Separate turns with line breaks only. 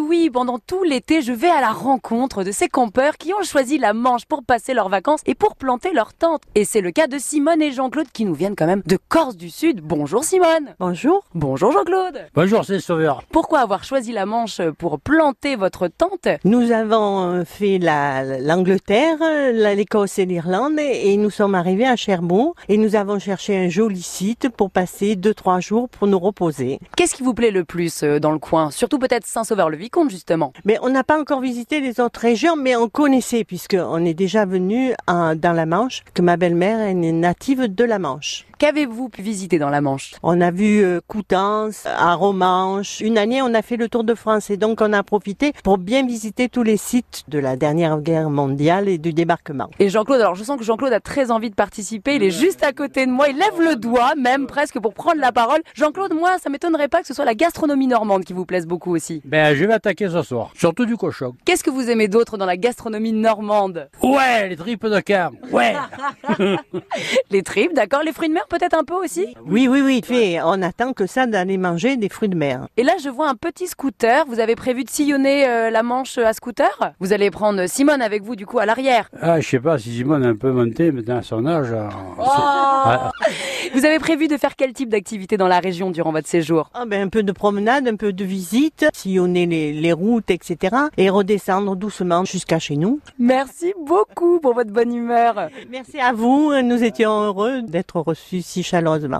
oui, pendant tout l'été, je vais à la rencontre de ces campeurs qui ont choisi la Manche pour passer leurs vacances et pour planter leurs tentes. Et c'est le cas de Simone et Jean-Claude qui nous viennent quand même de Corse du Sud. Bonjour Simone.
Bonjour.
Bonjour Jean-Claude.
Bonjour, c'est Sauveur.
Pourquoi avoir choisi la Manche pour planter votre tente
Nous avons euh, fait la- l'Angleterre, la- l'Écosse et l'Irlande et nous sommes arrivés à Cherbourg et nous avons cherché un joli site pour passer deux, trois jours pour nous reposer.
Qu'est-ce qui vous plaît le plus euh, dans le coin Surtout peut-être Saint-Sauveur-le-Vicomte justement.
Mais on n'a pas encore visité les autres régions, mais on connaissait puisqu'on est déjà venu en- dans la Manche, que ma belle-mère elle est native de la Manche.
Qu'avez-vous pu visiter dans la Manche
On a vu euh, Coutances, à Romanche. Une année, on a fait le tour de France et donc on a profité pour bien visiter tous les sites de la dernière guerre mondiale et du débarquement.
Et Jean-Claude, alors je sens que Jean-Claude a très envie de participer, il est juste à côté de moi, il lève le doigt même presque pour prendre la parole. Jean-Claude, moi, ça m'étonnerait pas que ce soit la gastronomie normande qui vous plaise beaucoup aussi.
Ben, je vais attaquer ce soir. Surtout du cochon.
Qu'est-ce que vous aimez d'autre dans la gastronomie normande
Ouais, les tripes de cam. Ouais.
Les tripes, d'accord, les fruits de mer peut-être un peu aussi
Oui, oui, oui. Fait, on attend que ça d'aller manger des fruits de mer.
Et là, je vois un petit scooter, vous avez prévu de sillonner euh, la Manche à scooter Vous allez prendre euh, Simone avec vous du coup à l'arrière.
Ah, je sais pas si Simone a un peu monté, mais dans son âge. euh,
Oh.
Ah.
Vous avez prévu de faire quel type d'activité dans la région durant votre séjour
Ah ben, un peu de promenade, un peu de visite, sillonner les, les routes, etc. Et redescendre doucement jusqu'à chez nous.
Merci beaucoup pour votre bonne humeur.
Merci à vous. Nous étions heureux d'être reçus si chaleureusement.